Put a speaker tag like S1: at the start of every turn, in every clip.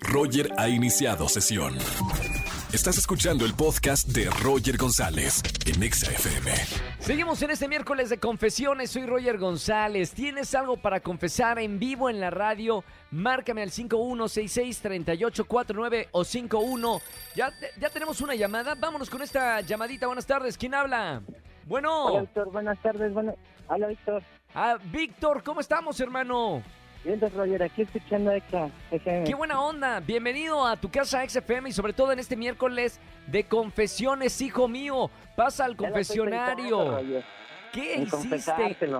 S1: Roger ha iniciado sesión. Estás escuchando el podcast de Roger González en Exa FM.
S2: Seguimos en este miércoles de confesiones. Soy Roger González. ¿Tienes algo para confesar en vivo en la radio? Márcame al 5166-3849 o 51. Ya, te- ya tenemos una llamada. Vámonos con esta llamadita. Buenas tardes. ¿Quién habla?
S3: Hola,
S2: Bueno,
S3: Víctor, buenas tardes. Bueno, hola, Víctor.
S2: ah, Víctor, ¿cómo estamos, hermano?
S3: Bien, don Roger, aquí escuchando Exa FM.
S2: Qué buena onda. Bienvenido a tu casa XFM y sobre todo en este miércoles de confesiones, hijo mío. Pasa al
S3: Ya lo estoy pensando,
S2: confesionario.
S3: Roger,
S2: ¿Qué
S3: en
S2: hiciste?
S3: confesárselo.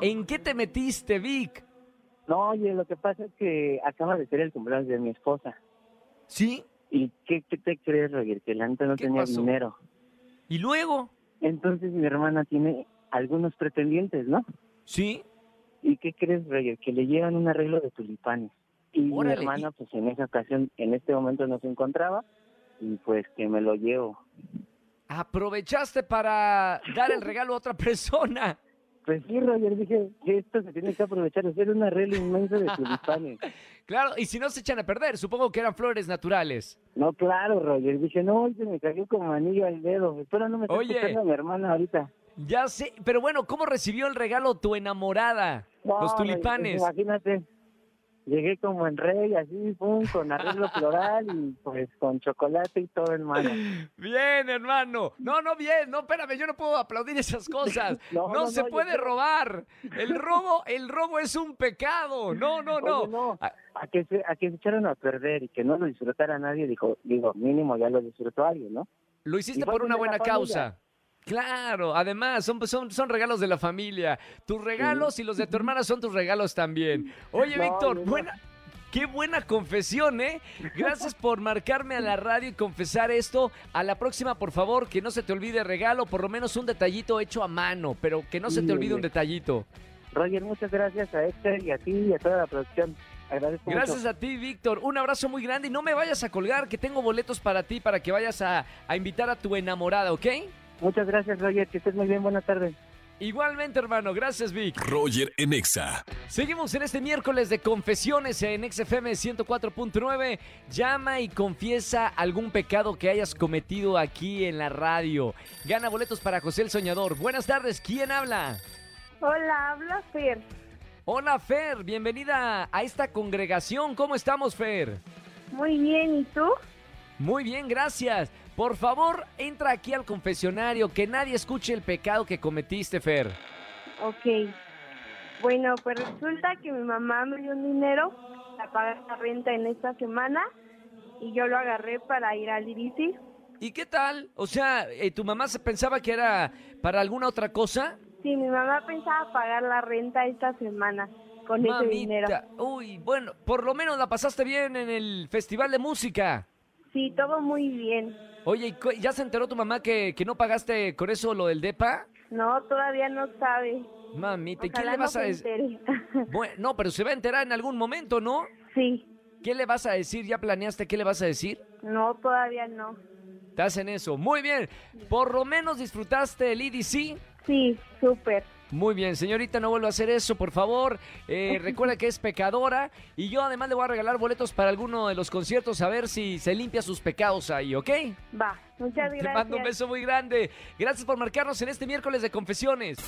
S2: ¿En qué te metiste, Vic?
S3: No, oye, lo que pasa es que acaba de ser el cumpleaños de mi esposa.
S2: ¿Sí?
S3: ¿Y qué, qué te crees, Roger? Que la neta no
S2: ¿Qué
S3: tenía
S2: pasó?
S3: dinero.
S2: ¿Y luego?
S3: Entonces mi hermana tiene algunos pretendientes, ¿no?
S2: ¿Sí?
S3: ¿Y qué crees, Roger? Que le llevan un arreglo de tulipanes. Y
S2: Órale,
S3: mi hermana, pues en esa ocasión, en este momento no se encontraba. Y pues que me lo llevo.
S2: Aprovechaste para dar el regalo a otra persona.
S3: Pues sí, Roger, dije que esto se tiene que aprovechar, hacer un arreglo inmenso de tulipanes.
S2: Claro, y si no se echan a perder, supongo que eran flores naturales.
S3: No, claro, Roger. Dije, no, se me cayó como anillo al dedo. Espero no me esté
S2: Oye.
S3: escuchando mi hermana ahorita.
S2: Ya sé, pero bueno, ¿cómo recibió el regalo tu enamorada?
S3: No,
S2: Los
S3: Roger,
S2: tulipanes.
S3: pues imagínate. Llegué como en rey, así, pum, con arreglo floral y pues con chocolate y todo en mano.
S2: Bien, hermano. No, no, bien. No, espérame, yo no puedo aplaudir esas cosas. No,
S3: No, no,
S2: se
S3: no, yo
S2: puede
S3: creo-
S2: robar. El robo, el robo es un pecado. No, no, no.
S3: Oye, no.
S2: Ah,
S3: A que, se, a que se echaron a perder y que no lo disfrutara nadie, dijo, digo, mínimo ya lo disfrutó alguien, ¿no?
S2: Lo hiciste
S3: Igual
S2: por
S3: que
S2: una
S3: el de la
S2: buena
S3: familia.
S2: causa. Claro, además son, son, son regalos de la familia. Tus regalos y los de tu hermana son tus regalos también. Oye,
S3: No,
S2: Víctor,
S3: no, no.
S2: buena, qué buena confesión, ¿eh? Gracias por marcarme a la radio y confesar esto. A la próxima, por favor, que no se te olvide regalo, por lo menos un detallito hecho a mano, pero que no se te
S3: Híjole.
S2: olvide un detallito.
S3: Roger, muchas gracias a Héctor y a ti y a toda la producción. Agradezco mucho.
S2: Gracias a ti, Víctor. Un abrazo muy grande y no me vayas a colgar, que tengo boletos para ti, para que vayas a, a invitar a tu enamorada, ¿ok?
S3: Muchas gracias, Roger. Que estés muy bien. Buenas tardes.
S2: Igualmente, hermano. Gracias, Vic.
S1: Roger en Exa.
S2: Seguimos en este miércoles de confesiones en XFM 104.9. Llama y confiesa algún pecado que hayas cometido aquí en la radio. Gana boletos para José el Soñador. Buenas tardes, ¿quién habla?
S4: Hola, habla Fer.
S2: Hola Fer, bienvenida a esta congregación. ¿Cómo estamos Fer?
S4: Muy bien, ¿y tú?
S2: Muy bien, gracias. Por favor, entra aquí al confesionario, que nadie escuche el pecado que cometiste Fer.
S4: Ok. Bueno, pues resulta que mi mamá me dio un dinero para pagar la renta en esta semana y yo lo agarré para ir al IBC.
S2: ¿Y qué tal? O sea, eh, ¿tu mamá se pensaba que era para alguna otra cosa?
S4: Sí, mi mamá pensaba pagar la renta esta semana con ese dinero.
S2: Mamita, uy, bueno, por lo menos la pasaste bien en el festival de música.
S4: Sí, todo muy bien.
S2: Oye, ¿y cu- ¿ya se enteró tu mamá que, que no pagaste con eso lo del DEPA?
S4: No, todavía no sabe.
S2: Mamita, ¿y qué
S4: Ojalá
S2: le
S4: no
S2: vas a
S4: se
S2: decir?
S4: entere.
S2: Bueno, no, pero se va a enterar en algún momento, ¿no?
S4: sí,
S2: ¿Qué le vas a decir? ¿Ya planeaste qué le vas a decir?
S4: no, todavía no.
S2: Estás en eso. Muy bien. Por lo menos disfrutaste el EDC.
S4: Sí, súper.
S2: Muy bien, señorita, no vuelva a hacer eso, por favor. Eh, recuerda que es pecadora y yo además le voy a regalar boletos para alguno de los conciertos a ver si se limpia sus pecados ahí, ¿ok?
S4: Va, muchas gracias.
S2: Te mando un beso muy grande. Gracias por marcarnos en este miércoles de confesiones.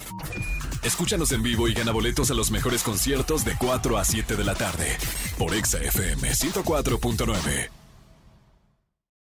S1: Escúchanos en vivo y gana boletos a los mejores conciertos de 4 a 7 de la tarde por Exa FM 104.9.